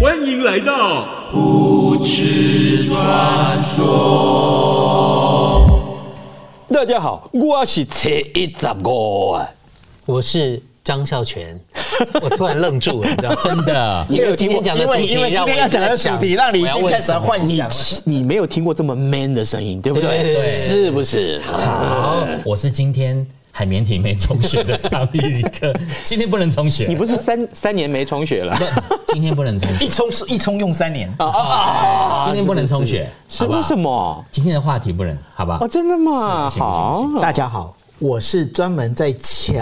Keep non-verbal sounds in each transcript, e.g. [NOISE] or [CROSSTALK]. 欢迎来到大家好，我是车一十五啊，我是张 [LAUGHS] 孝全，我突然愣住了，你知道吗？真 [LAUGHS] 的，因为今天讲的主题，因为让我今天要讲的一直在想主题让你已我要经问开始什么幻你想了你没有听过这么 man 的声音，对不对？对对对是不是？好，我是今天海绵体没重学的张玉 [LAUGHS] 科，今天不能重学， [LAUGHS] 你不是三三年没充血了？不，今天不能重 [LAUGHS] 学一，冲一冲用三年，今天不能重学，是好不好为什？么？今天的话题不能，好吧哦，？真的吗？是不行不行好 [LAUGHS] 不，大家好，我是专门在瞧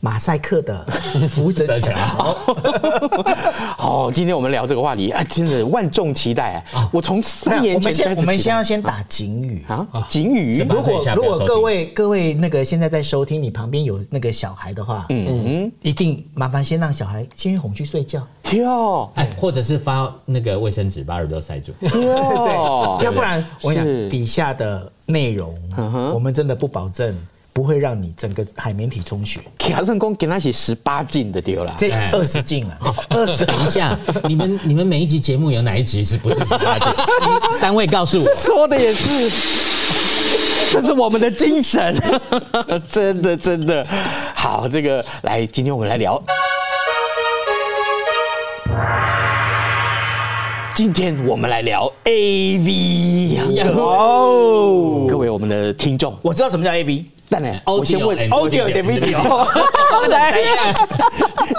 马赛克的福 [LAUGHS] 泽桥。 [LAUGHS] 好，今天我们聊这个话题啊，真的万众期待啊！我从四年我们前开先始我们期先待要先打警语。啊，警语是吧如所以果下不如要收果听各位各位那个现在在收听，你旁边有那个小孩的话，嗯嗯，一定麻烦先让小孩先哄去睡觉，哟哎，或者是发那个卫生纸把耳朵塞住， [LAUGHS] [LAUGHS] 哦哟，要不然我跟你是讲底下的内容，嗯我们真的不保证不会让你整个海绵体充血，卡圣公给他写十八禁的丢啦。这哎二十进了，二十等一下，你们你们每一集节目有哪一集是不是十 [LAUGHS] 八禁？你三位告诉我，说的也是， [LAUGHS] 这是我们的精神， [LAUGHS] 真的真的好。这个来，今天我们来聊。今天我们来聊 A V 哦，各位我们的听众，我知道什么叫 A V，但呢，我先问 and audio 的 [LAUGHS] video，来，哦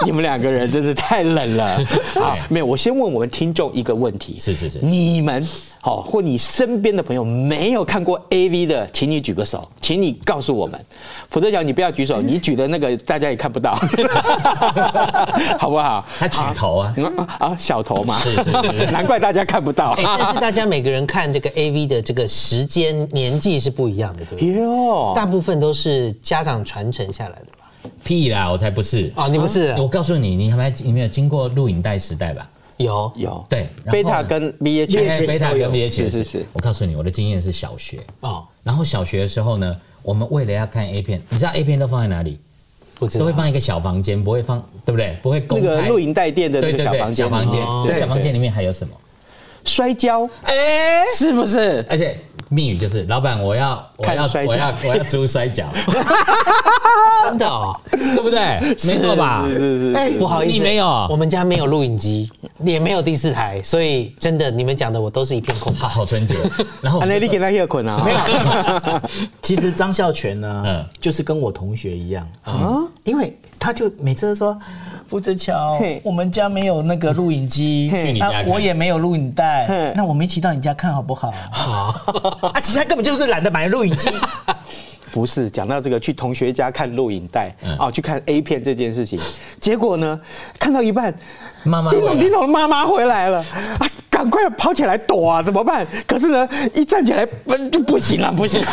[LAUGHS] 你们两个人真是太冷 [LAUGHS] 了。好，没有，我先问我们听众一个问题，是是是你们好或你身边的朋友没有看过 A V 的，请你举个手，请你告诉我们，否则讲你不要举 [LAUGHS] 手，你举的那个大家也看不到，好不好？他举头啊，嗯啊啊，小头嘛是是，难怪大家看不到。哎但是大家每个人看这个 A V 的这个时间年纪是不一样的，对不对？哟，大部分都是家长传承下来的吧？屁啦，我才不是哦，你不是我告诉你，你还没你没有经过录影带时代吧？有有对然后呢贝塔跟 V H 哎贝塔跟 VHS 是是是我告诉你，我的经验是小学哦，然后小学的时候呢，我们为了要看 A 片，你知道 A 片都放在哪里？不知都道会放一个小房间，不会放，对不对？不会那公个开。录影带店的那对个对小房对，间小嘛，房间，对这小房对间里面还有什么？摔跤，哎，是不是？而且密语就是老板，我要我看要摔跤我要我要租 [LAUGHS] 摔跤，真的哦，对不对？没错吧？哎是是是。不好意思，你没有我们哎家没有啊录影机，也没有第四台，所以真的你们讲的我都是一片空白好。好纯洁。然后 [LAUGHS] 我啊，那们你就给他一捆啊？没有，其实张孝全呢，嗯就是跟我同学一样哦啊，因为他就每次都说。福泽桥嘿，我们家没有那个录影机去，你家看我也没有录影带嘿，那我们一起到你家看好不好？好啊，其实他根本就是懒得买录影机， [LAUGHS] [LAUGHS] 不是，讲到这个去同学家看录影带嗯啊，去看 A 片这件事情，结果呢，看到一半，妈妈叮回来咚叮咚，妈妈回来了啊！赶快跑起来躲啊！怎么办？可是呢，一站起来，嗯就不行了，不 [LAUGHS] 行了，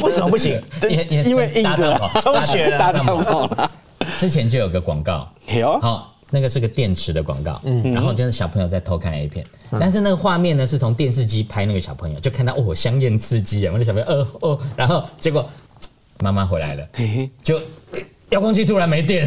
为什么不 [LAUGHS] 行？也也因为硬搭着啊档了嘛，充血了搭档好了。之前就有个广告，有好、那个是个电池的广告，然后就是小朋友在偷看 A 片，但是那个画面呢是从电视机拍那个小朋友，就看到哦香艳刺激啊，我的小朋友哦哦，然后结果嘖妈妈回来了，就。呃遥控器突然没电，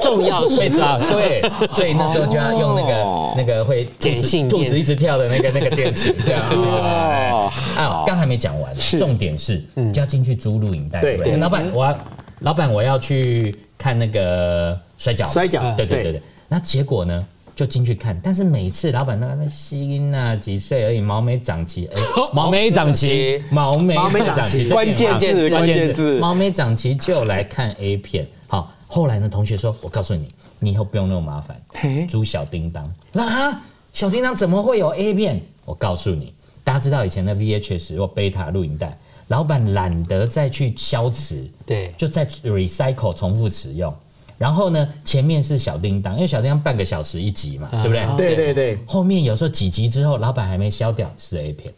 重要睡着，对，所以那时候就要用那个那个会碱性肚子电肚子一直跳的那个那个电池，这样啊，哦，啊，刚还没讲完，重点是就要进去租录影带，对不对？对老板，我要，老板，我要去看那个摔跤，摔跤对对对对对。那结果呢？就进去看，但是每次老板那个那西音啊几岁而已，毛没长齐，哎 [LAUGHS] 哦毛没长齐，毛没毛没长长齐齐，关键字，关键字，毛没长齐就来看 A 片，好。后来呢，同学说：“我告诉你，你以后不用那么麻烦嘿，租小叮当。”那啊，小叮当怎么会有 A 片？我告诉你，大家知道以前的 VHS 或贝塔录影带，老板懒得再去消磁，对就在 recycle 重复使用。然后呢，前面是小叮当，因为小叮当半个小时一集嘛，对不对？对对对，后面有时候几集之后，老板还没消掉是 A 片，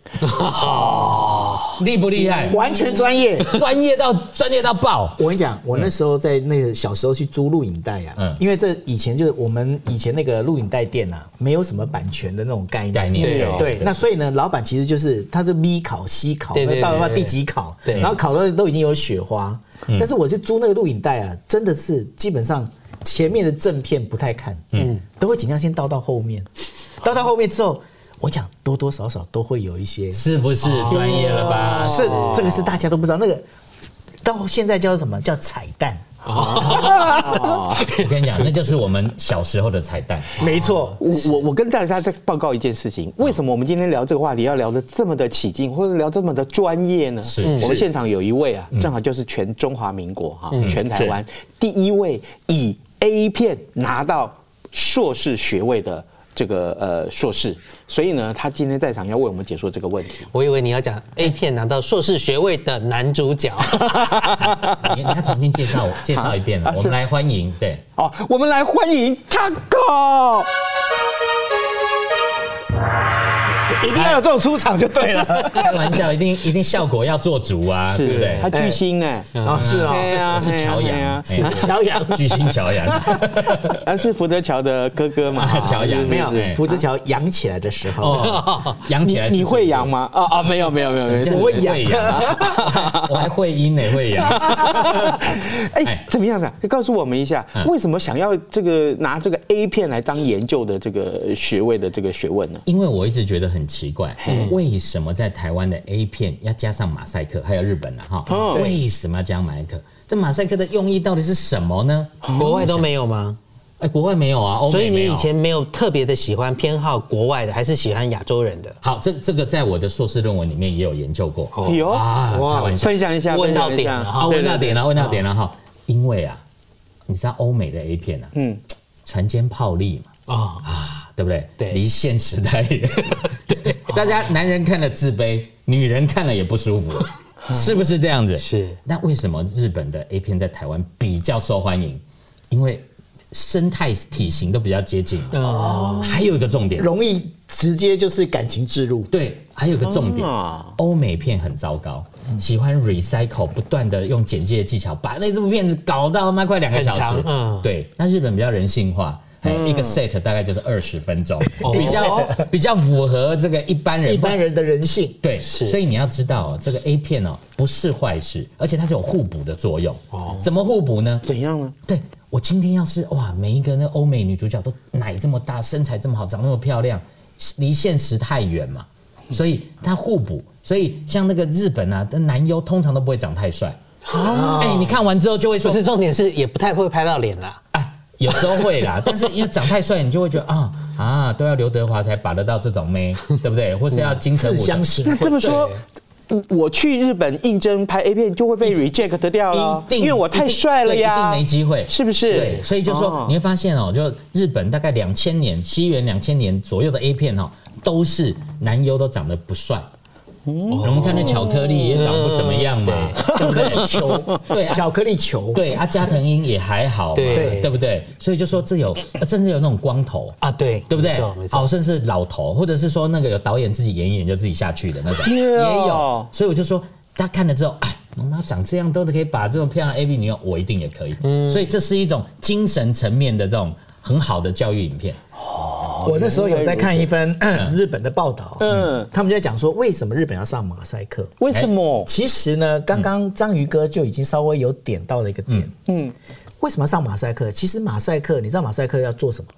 厉不厉害？完全专业。专业到专业到爆！我跟你讲，我那时候在那个小时候去租录影带啊，嗯因为这以前就是我们以前那个录影带店啊，没有什么版权的那种概念。概念对对对，那所以呢，老板其实就是他是 B 考 C 考，对对那到底要对对第几考，对嗯然后考到都已经有雪花，但是我去租那个录影带啊，真的是基本上前面的正片不太看，嗯，都会尽量先倒到后面，倒到后面之后，我讲多多少少都会有一些是不是专业了吧？哦是这个是大家都不知道，那个到现在叫什么叫彩蛋？ [LAUGHS] 我跟你讲，那就是我们小时候的彩蛋。没错，我我我跟大家再报告一件事情，为什么我们今天聊这个话题要聊得这么的起劲，或者聊这么的专业呢？是我们是嗯现场有一位啊，正好就是全中华民国哈、全台湾第一位以 A 片拿到硕士学位的这个呃硕士，所以呢，他今天在场要为我们解说这个问题。 [LAUGHS] 我以为你要讲 A 片拿到硕士学位的男主 [LAUGHS] 角，你你要重新介绍我介绍一遍了啊，我是们来欢迎。对，哦，我们来欢迎啊 Taco，一定要有这种出场就对 [LAUGHS] 了。开玩笑，一定一定效果要做足啊，对不对哎他？巨星呢、哦，是对哦，啊我是对啊乔对洋啊，哎乔洋巨星乔洋，啊，是福德桥的哥哥嘛？ [LAUGHS] 乔洋是没是有是福之桥扬起来的时候，哦，扬起来是你什你么会扬？吗？啊啊，没有没有没有没这有样。我会子会扬啊， [LAUGHS] 我还会阴呢，会扬。 [LAUGHS] 哎哎，怎么样的？你告诉我们一下，嗯为什么想要这个拿这个 A 片来当研究的这个学位的这个学问呢？因为我一直觉得很奇怪，为什么在台湾的 A 片要加上马赛克，还有日本呢、啊？哈、对为什么要加马赛克？这马赛克的用意到底是什么呢？国外都没有吗？哎，国外没有啊，欧所以美没你有以前没有特别的喜欢偏好国外的，还是喜欢亚洲人的？好，这这个在我的硕士论文里面也有研究过。哎呦，啊，开玩笑，分享一下，问到分享一下点了啊，对问到对点了，问到点了哈。因为啊，你知道欧美的 A 片啊，嗯，船坚炮利嘛，哦，啊，对不对？对哦离现实太远。 [LAUGHS] 对，大家男人看了自卑，女人看了也不 [LAUGHS] 舒服，是不是这样子？是。那为什么日本的 A 片在台湾比较受欢迎？因为生态体型都比较接近。哦。还有一个重点，容易直接就是感情置入。对，还有一个重点啊，欧、美片很糟糕，喜欢 recycle，不断的用简介技巧把那这部片子搞到他妈快两个小时很长。嗯对，那日本比较人性化。哎一个 set 大概就是二十分钟，比较比较符合这个一般人一般人的人性，对，所以你要知道、哦，这个 A 片哦不是坏事，而且它是有互补的作用。哦，怎么互补呢？怎样呢？对我今天要是哇，每一个那欧美女主角都奶这么大，身材这么好，长那么漂亮，离现实太远嘛，所以它互补。所以像那个日本啊，的男优通常都不会长太帅。啊哦，哎，你看完之后就会不说哦是重点是也不太会拍到脸啦。啊，有时候 [LAUGHS] 会啦，但是因为长太帅，你就会觉得啊啊，都要刘德华才把得到这种妹，对不对？或是要金城自武的相形那这么说。我去日本应征拍 A 片就会被 reject 掉了，一定，哦因为我太帅了一定呀，没机会，是不是对，所以就哦说你会发现哦，就日本大概两千年，西元两千年左右的 A 片哦，都是男优都长得不帅。哦我们看那巧克力也长不怎么样嘛， [LAUGHS] 对不 [LAUGHS] 对？球对啊巧克力球，对啊，加藤鹰也还好嘛，对对不对？所以就说这有，呃甚至有那种光头，啊，对，对不对没错没？哦，错。甚至老头，或者是说那个有导演自己演一演就自己下去的那 [LAUGHS] 种，也啊哟有。所以我就说，大家看了之后，哎，我妈长这样都可以把这种漂亮 AV 女友，我一定也可以。嗯所以这是一种精神层面的这种很好的教育影片。我那时候有在看一份 [CLEARS THROAT] 日本的报道，嗯嗯，他们就在讲说为什么日本要上马赛克。为什么？哎其实呢，刚刚章鱼哥就已经稍微有点到了一个点，嗯，为什么要上马赛克？其实马赛克，你知道马赛克要做什么？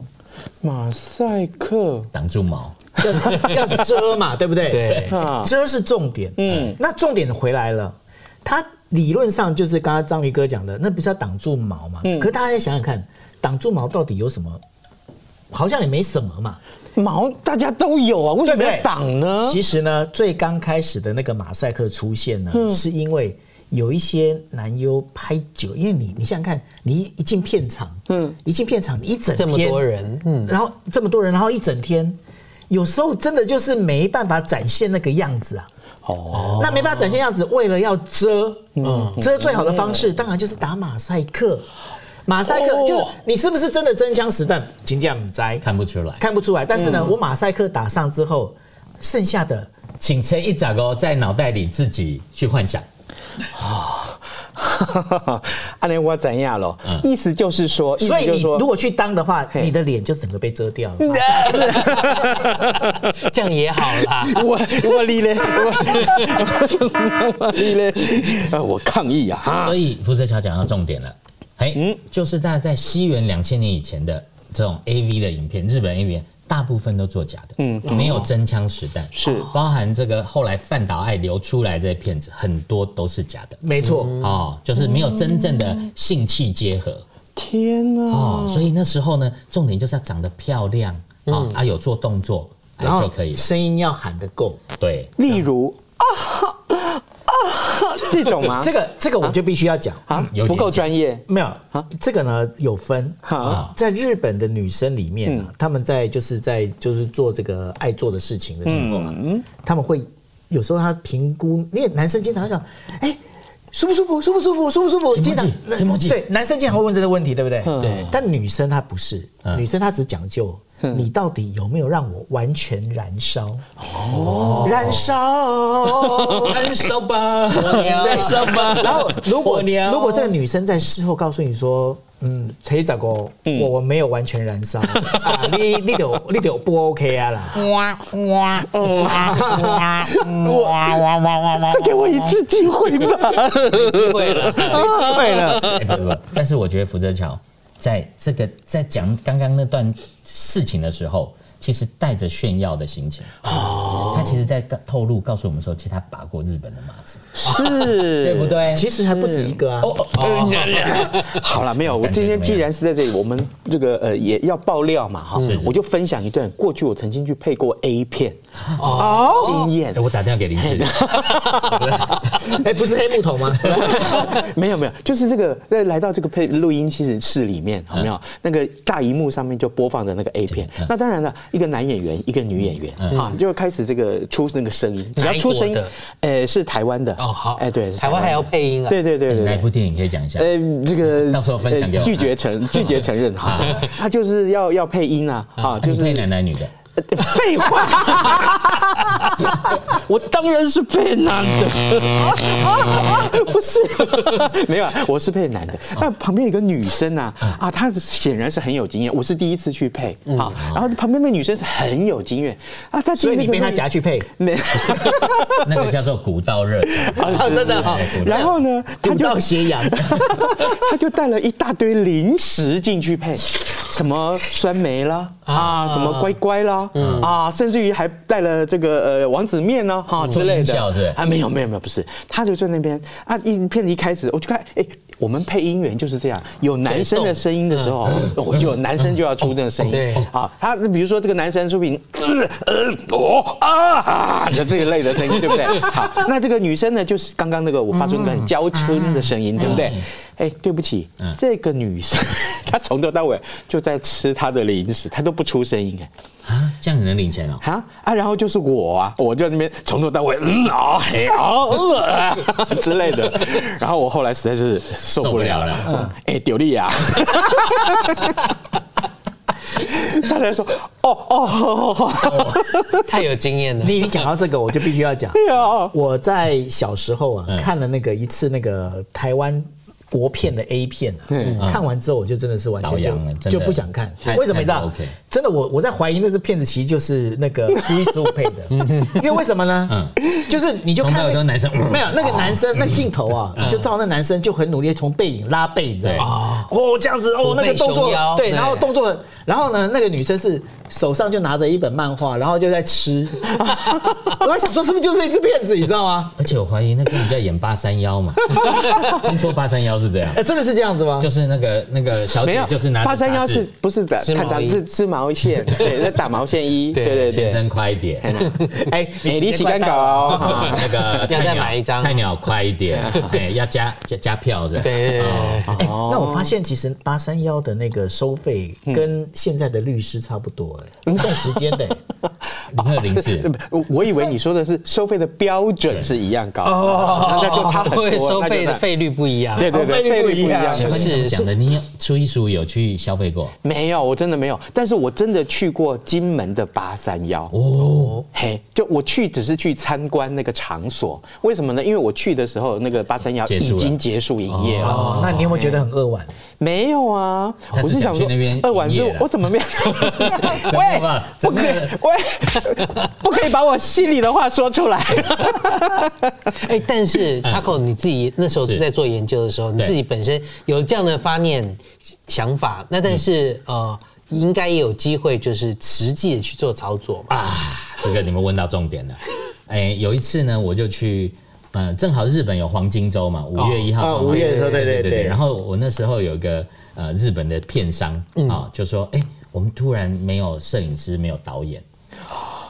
马赛克挡住毛， [LAUGHS] 要要遮嘛，对不对？对，啊，遮是重点。嗯嗯，那重点回来了，它理论上就是刚刚章鱼哥讲的，那不是要挡住毛嘛？可是大家再想想看，挡住毛到底有什么？好像也没什么嘛，毛大家都有啊，为对什不么对？嗯要挡呢？嗯其实呢，最刚开始的那个马赛克出现呢，是因为有一些男优拍久，因为你你想想看，你一一进片场，嗯，一进片场，你一整这天么多人，嗯，然后这么多人，然后一整天，有时候真的就是没办法展现那个样子啊。哦，那没办法展现样子，为了要遮，嗯，遮最好的方式当然就是打马赛克。马赛哦克就是你是不是真的真枪实弹，金将摘看不出来。看不出来，但是呢，嗯我马赛克打上之后，剩下的请陈一早哦，在脑袋里自己去幻想。 [LAUGHS] 安尼我怎样了？意思就是说，意所思以就是你如说，果去当的话，你的脸就整个被遮掉 [LAUGHS] 了。这样也好啦。 [LAUGHS] 我我 [LAUGHS] 立嘞，我我立嘞，呃我抗议啊！啊所以福泽桥讲到重点了，哎，就是大家在西元两千年以前的这种 A V 的影片，日本 A V 大部分都作假的，嗯，没有真枪实弹，是包含这个后来范岛爱流出来这些片子，很多都是假的，没错，哦，就是没有真正的性器结合，天哪！哦，所以那时候呢，重点就是要长得漂亮，哦啊，有做动作，哎然后就可以了，声音要喊得够。对，例如啊啊这种吗？这个这个我就必须要讲，啊有点不够专业没有这个呢有分。啊！在日本的女生里面啊，她们在就是在就是做这个爱做的事情的时候啊，她们会有时候她评估，因为男生经常会想，哎。舒不舒服？舒不舒服？舒不舒服？提经摩常吉提摩吉对男生经常会问这个问题，对不对？对但女生她不是，嗯女生她只讲究你到底有没有让我完全燃烧，燃烧，燃烧 [LAUGHS] 吧，对哎燃烧吧， [LAUGHS] 然后如果火苗如果这个女生在事后告诉你说，嗯，锤子哥，嗯我我没有完全燃烧， [LAUGHS] 啊，你你得你得不 OK 啊啦，再给我一次机会吧，机会了，机会了。哎不不不，但是我觉得福泽桥在这个在讲刚刚那段事情的时候，其实带着炫耀的心情。哦他其实在透露告诉我们说，其实他拔过日本的马子， [LAUGHS] 是，对不？对？哦其实还不止一个啊，好了，没有，我今天既然是在这里，我们这个呃也要爆料嘛哈是是，我就分享一段过去我曾经去配过 A 片哦经验哎，。我打电话给林 [LAUGHS] 志， [LAUGHS] 哎，不是黑木头吗？没有没有，就是这个在来到这个配录音室室里面，有没嗯有那个大荧幕上面就播放着那个 A 片？那当然了，一个男演员，一个女演员啊，就开始这个出那个声音，啊只要出声音嗯哪一国，呃，是台湾的哦，好，哎对，是台湾还要配音啊，对对对对哪一对。部电影可以讲一下？呃，这个到时候分享给我呃拒绝 [LAUGHS] 承拒绝承认哈，啊他就是要要配音啊啊，啊，就你是配男男女的，呃 [LAUGHS] 废话，我当然是配男的，啊啊啊嗯 [LAUGHS] 不是，没有啊，我是配男的。哦那旁边有个女生啊，嗯啊，她显然是很有经验，我是第一次去配啊，然后旁边那女生是很有经验啊，她所以你被他夹去配， [LAUGHS] 没， [LAUGHS] 那个叫做古 [LAUGHS] 道热肠，啊，真的哈，对古道然后呢，她古就道斜 [LAUGHS] 阳， [LAUGHS] 他就带了一大堆零食进去配，什么酸梅啦，啊，什么乖乖啦，啊，甚至于还带了这个呃王子面呢，哈之类的音效是不是。啊，没有没有没有，不是，他就在那边啊，一片一开始我就看，哎，我们配音员就是这样，有男生的声音的时候，我就有男生就要出这个声音对啊，他比如说这个男生出品，呃呃哦啊，就这一类的声音，对不对？好，那这个女生呢，就是刚刚那个我发出那个很娇嗔的声音，对不对？哎，对不起，这个女生 [LAUGHS] 她从头到尾就在吃她的零食，她都不出声音哎。啊，这样你能领钱哦？啊啊，然后就是我啊，我就在那边从头到尾，嗯啊嘿啊呃 [LAUGHS] 啊之类的。然后我后来实在是受不了了，哎、丢力啊！ [LAUGHS] 他在说，哦哦哦哦，太有经验了。你你讲到这个，我就必须要讲，对啊，我在小时候嗯啊，看了那个一次那个台湾。国片的 A 片啊，看完之后我就真的是完倒洋嗯了全真就的就不想看，太为什么你知太道不 OK？真的，我我在怀疑那支片子其实就是那 [LAUGHS] 个初一十五配的，因为为什么呢？就是你就嗯从头看到尾都那是男生嗯嗯没有那个男生那个镜头啊，就照那男生就很努力地从背影拉背，你知道吗？哦这样子哦虎背那个动熊作腰对，对然后动作，然后呢那个女生是手上就拿着一本漫画，然后就在吃，我在想说是不是就是那只骗子，你知道吗？而且我怀疑那根本在演八三幺 [LAUGHS] 嘛，听说八三幺是这样，哎，真的是这样子吗？就是那个那个小没姐有，就是拿着八三杂幺志是不是的？织毛看杂志衣是织毛线，对，在打毛线衣，对对先对。生快一点，哎哎，你洗干搞啊哦，那个要菜鸟再买一张菜鸟快一点，哎，要加加加票的，对对对哦哎那我发现其实八三幺的那个收费跟现在的律师差不多，哎，算时间的。哎零二零四，我我以为你说的是收费的标准是一样高，那那就差很 [LAUGHS] 因多。为哦收那就费的差，费率不一样。对对对，费率不一样。请问你怎么讲的？你有初一十五有去消费过？没有，我真的没有，但是我真的去过金门的八三幺。哦，嘿，就我去只是去参观那个场所，为什么呢？因为我去的时候，那个八三幺结束已了经结束营业了。哦，那你有没有觉得很扼腕？没有啊，他是我是想想去说那边二晚是营业了我怎 [LAUGHS] 么没有？真的吗不可以真的，喂，不可以把我心里的话说出来。 [LAUGHS] 哎，但是 Taco 你自己那时候是在做研究的时候，你对自己本身有这样的发念想法，那但是呃，应该也有机会就是实际的去做操作吧。啊，这个你们问到重点了。哎，有一次呢，我就去，呃，正好日本有黄金周嘛，五月一哦号黄金周，五月的时候对对对对然后我那时候有一个呃日本的片商啊、就说，哎，我们突然没有摄影师，没有导演，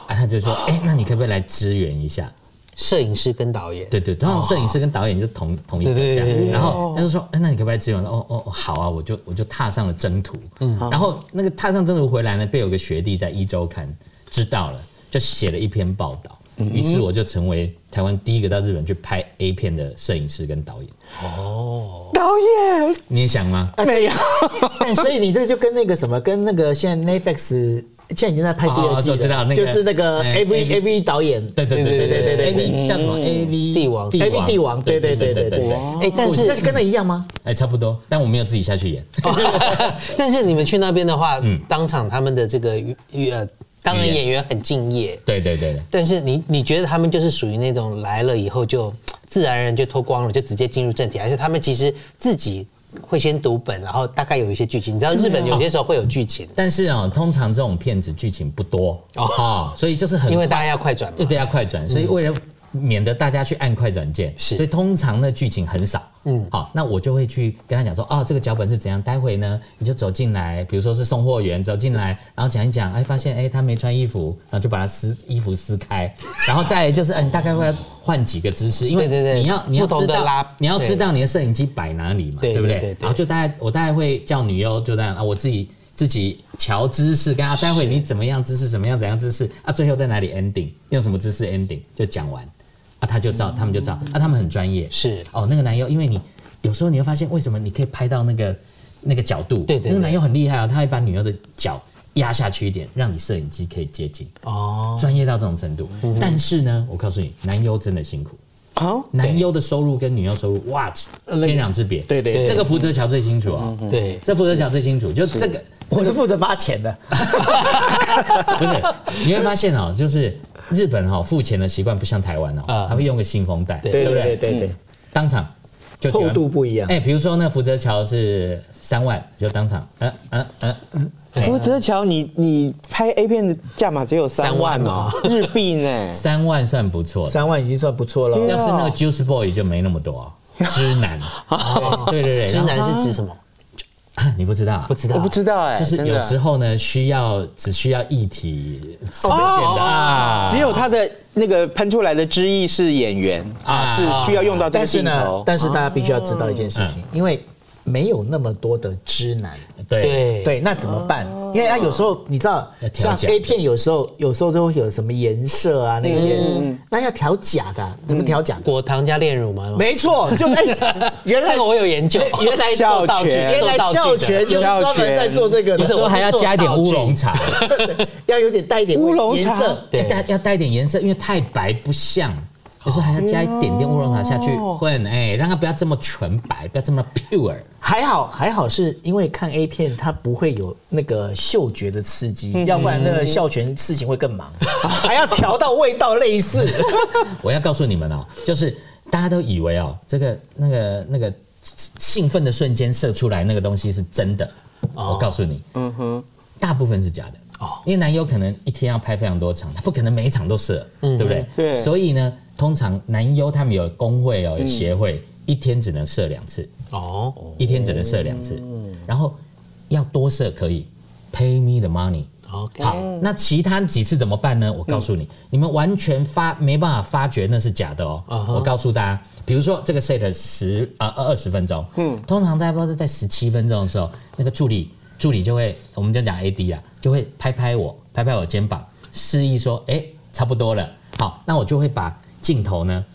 啊，他就说，哎，那你可不可以来支援一下？摄影师跟导演，对对，通常摄影师跟导演就同同一个对这对对样，对然后他就说，哎，那你可不可以支援？我说哦哦，哦好啊，我就我就踏上了征途。然后那个踏上征途回来呢，被有个学弟在一周刊知道了，就写了一篇报道。于是我就成为台湾第一个到日本去拍 A 片的摄影师跟导演。导演你也想吗？没有，但所以你这就跟那个什么，跟那个现在 Netflix 现在已经在拍第哦二季我知道了，那个就是那个哎 AV AV AV 导演，对对对对对对对，A V 叫什么 A V 帝王 A V 帝王，对对对对对对。哎，但那是是跟那一样吗？哎，差不多，但我没有自己下去演。但是你们去那边的话嗯，当场他们的这个语语呃，当然语言演员很敬业，对对对对。但是你你觉得他们就是属于那种来了以后就自然而然就脱光了，就直接进入正题，还是他们其实自己会先读本，然后大概有一些剧情？你知道日本有些时候会有剧情，但是啊、通常这种片子剧情不多哦，所以就是很嗯因为大家要快转嘛又。对要快转，所以为了免得大家去按快转键，嗯是所以通常呢剧情很少。嗯，好，那我就会去跟他讲说，哦，这个脚本是怎样，待会呢你就走进来，比如说是送货员走进嗯来，然后讲一讲，哎，发现哎他没穿衣服，然后就把他撕衣服撕开， [LAUGHS] 然后再来就是，嗯、你大概会要换几个姿势，因为对对对你要你要不同知的道拉你要知对道你的摄影机摆哪里嘛，对不对对对然后就大概我大概会叫女优就这样啊，我自己自己瞧姿势，跟她啊待会你怎么样姿势，怎么样怎样姿势啊，最后在哪里 ending，用什么姿势 ending 就讲完啊，他就照，他们就照啊，他们很专业，是哦，那个男优，因为你有时候你会发现为什么你可以拍到那个那个角度，对对对那个男优很厉害啊，他会把女优的脚压下去一点，让你摄影机可以接近，哦，嗯专业到这种程度。但是呢，我告诉你，男优真的辛苦。哦啊，男优的收入跟女优收入，哇，天壤之别。对对对这个福泽桥最清楚啊、哦。对，这福泽桥最清楚，就这个我是负责发钱的，不是，你会发现哦，就是日本哈、哦、付钱的习惯不像台湾哦，他会用个信封袋，对不对对对对，当场就厚度不一样哎、比如说那福泽桥是三万，就当场，嗯嗯嗯，福泽桥，你你拍 A 片的价码只有三万哦，日币呢？三万算不错的。三万已经算不错了。要是那个 Juice Boy 就没那么多、哦，知男，对对对，直然后男是指什么？你不知道啊，不知道，我不知道哎，就是真的有时候呢，需要只需要一体哦呈现的啊，只有他的那个喷出来的汁液是演员啊，是需要用到这个但是镜呢头，。嗯但是大家必须要知道一件事情，因为没有那么多的知男，对对对，哦那怎么办？因为他有时候你知道要，调像假 A 片有时候有时候都会有什么颜色啊那些，那要调假的啊，怎么调假的？果糖加炼乳嘛，没错，就 [LAUGHS] 哎，原来这个我有研究对 [LAUGHS] 原来孝做道具，全原来孝全就是专门在做这个的，有时候还要加一点乌龙茶，要有点带一点乌龙颜茶色。要带哎要带一点颜色，因为太白不像。有时候还要加一点点乌龙茶下去混，哎，让它不要这么纯白，不要这么 [LAUGHS] pure。还好还好，是因为看 A 片，它不会有那个嗅觉的刺激，要不然那个孝全事情会更忙，还要调到味道类似。我要告诉你们哦，就是大家都以为哦，这个那个那个吃兴奋的瞬间射出来那个东西是真的，我告诉你，嗯哼，大部分是假的哦，因为男优可能一天要拍非常多场，他不可能每一场都射，对不嗯对？对所以呢，通常男优他们有工会哦，有协会，一天只能射两次，哦，一天只能射两次，然后要多射可以，pay me the money。 OK 好，那其他几次怎么办呢？我告诉你，你们完全发没办法发觉那是假的哦。我告诉大家，比如说这个 set 十呃二十分钟，嗯，通常大家不知道在十七分钟的时候，那个助理助理就会，我们就讲 AD 啊，就会拍拍我，拍拍我肩膀，示意说，哎、差不多了。好，那我就会把镜头呢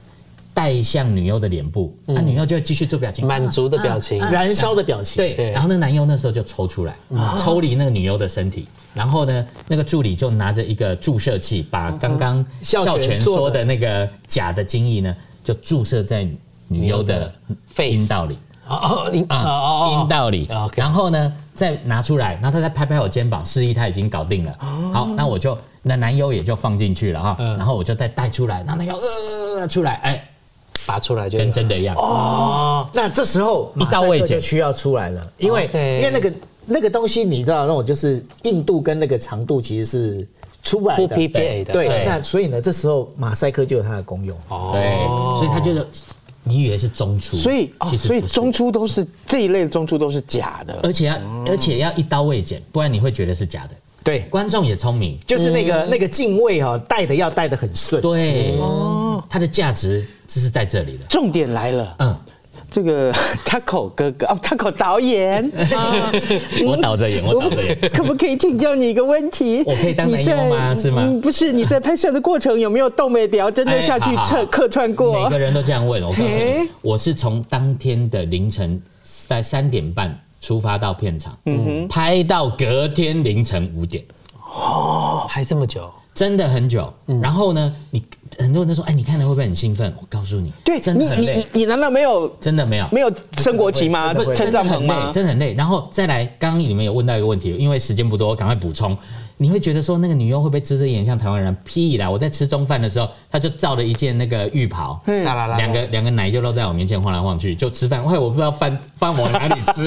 带向女优的脸部，那、女优就会继续做表情，满足的表情，嗯燃烧的表情，对，然后那个男优那时候就抽出来，嗯抽离那个女优的身体，然后呢，那个助理就拿着一个注射器，把刚哦刚孝孝全全做说的的那个假的精液呢，就注射在女优的嗯 face 阴道里哦哦，你哦啊，嗯哦阴道里 OK，然后呢再拿出来，然后他再拍拍我肩膀，示意他已经搞定了。哦好，那我就那男优也就放进去了哈，嗯然后我就再带出来，然后那个呃出来，哎，拔出来就跟真的一样。哦那这时候一刀未马赛剪克就需要出来了，因为 OK 因为那个那个东西你知道，那种就是硬度跟那个长度其实是出不来的，不匹配的对，对那所以呢，这时候马赛克就有它的功用。对，所以他就是你以为是中出，所以哦其实所以不是中出都是这一类的中出都是假的，而且要、哦而且要一刀未剪，不然你会觉得是假的。对，观众也聪明，就是那个那个敬畏哈，带的要带的很顺。对，哦它的价值这是在这里的。重点来了。嗯，这个 [LAUGHS] Taco 哥哥哦，Taco 导 [LAUGHS] 演，啊我倒着演，我倒着演。可不可以请教你一个问题？我可以当男你在优吗是吗嗯不是，你在拍摄的过程有没有动美聊真的哎下去好好客好客串每过个？人都这样问，我告诉嘿你，我是从当天的凌晨在三点半出发到片场，嗯拍到隔天凌晨五点。拍哦这么久，真的很久，嗯然后呢，你很多人都说，哎，你看了会不会很兴奋？我告诉你，对，真你的很你你累，你难道没有真的没有没有升国旗吗？不称真的赞很鹏累吗？真的很累。然后再来，刚刚你们有问到一个问题，因为时间不多，我赶快补充。你会觉得说那个女优会不会遮遮掩像台湾人？屁啦！我在吃中饭的时候，她就照了一件那个浴袍，啦啦啦两个两个奶就露在我面前晃来晃去，就吃饭。喂，我不知道饭饭往哪里吃。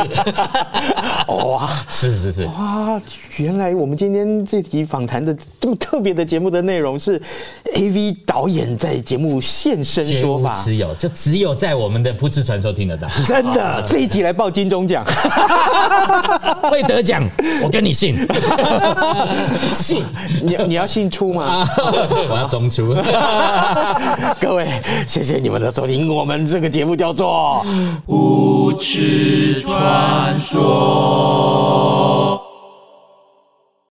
哇是是是，哇！啊原来我们今天这集访谈的这么特别的节目的内容是 A V 导演在节目现身绝说无法。此有，就只有在我们的不知传说听得到，真的，这一集来报金钟奖， [LAUGHS] 会得奖，我跟你信。信你你要信出吗？ [LAUGHS] 我要中出。各位，谢谢你们的收听，我们这个节目叫做。无耻传说。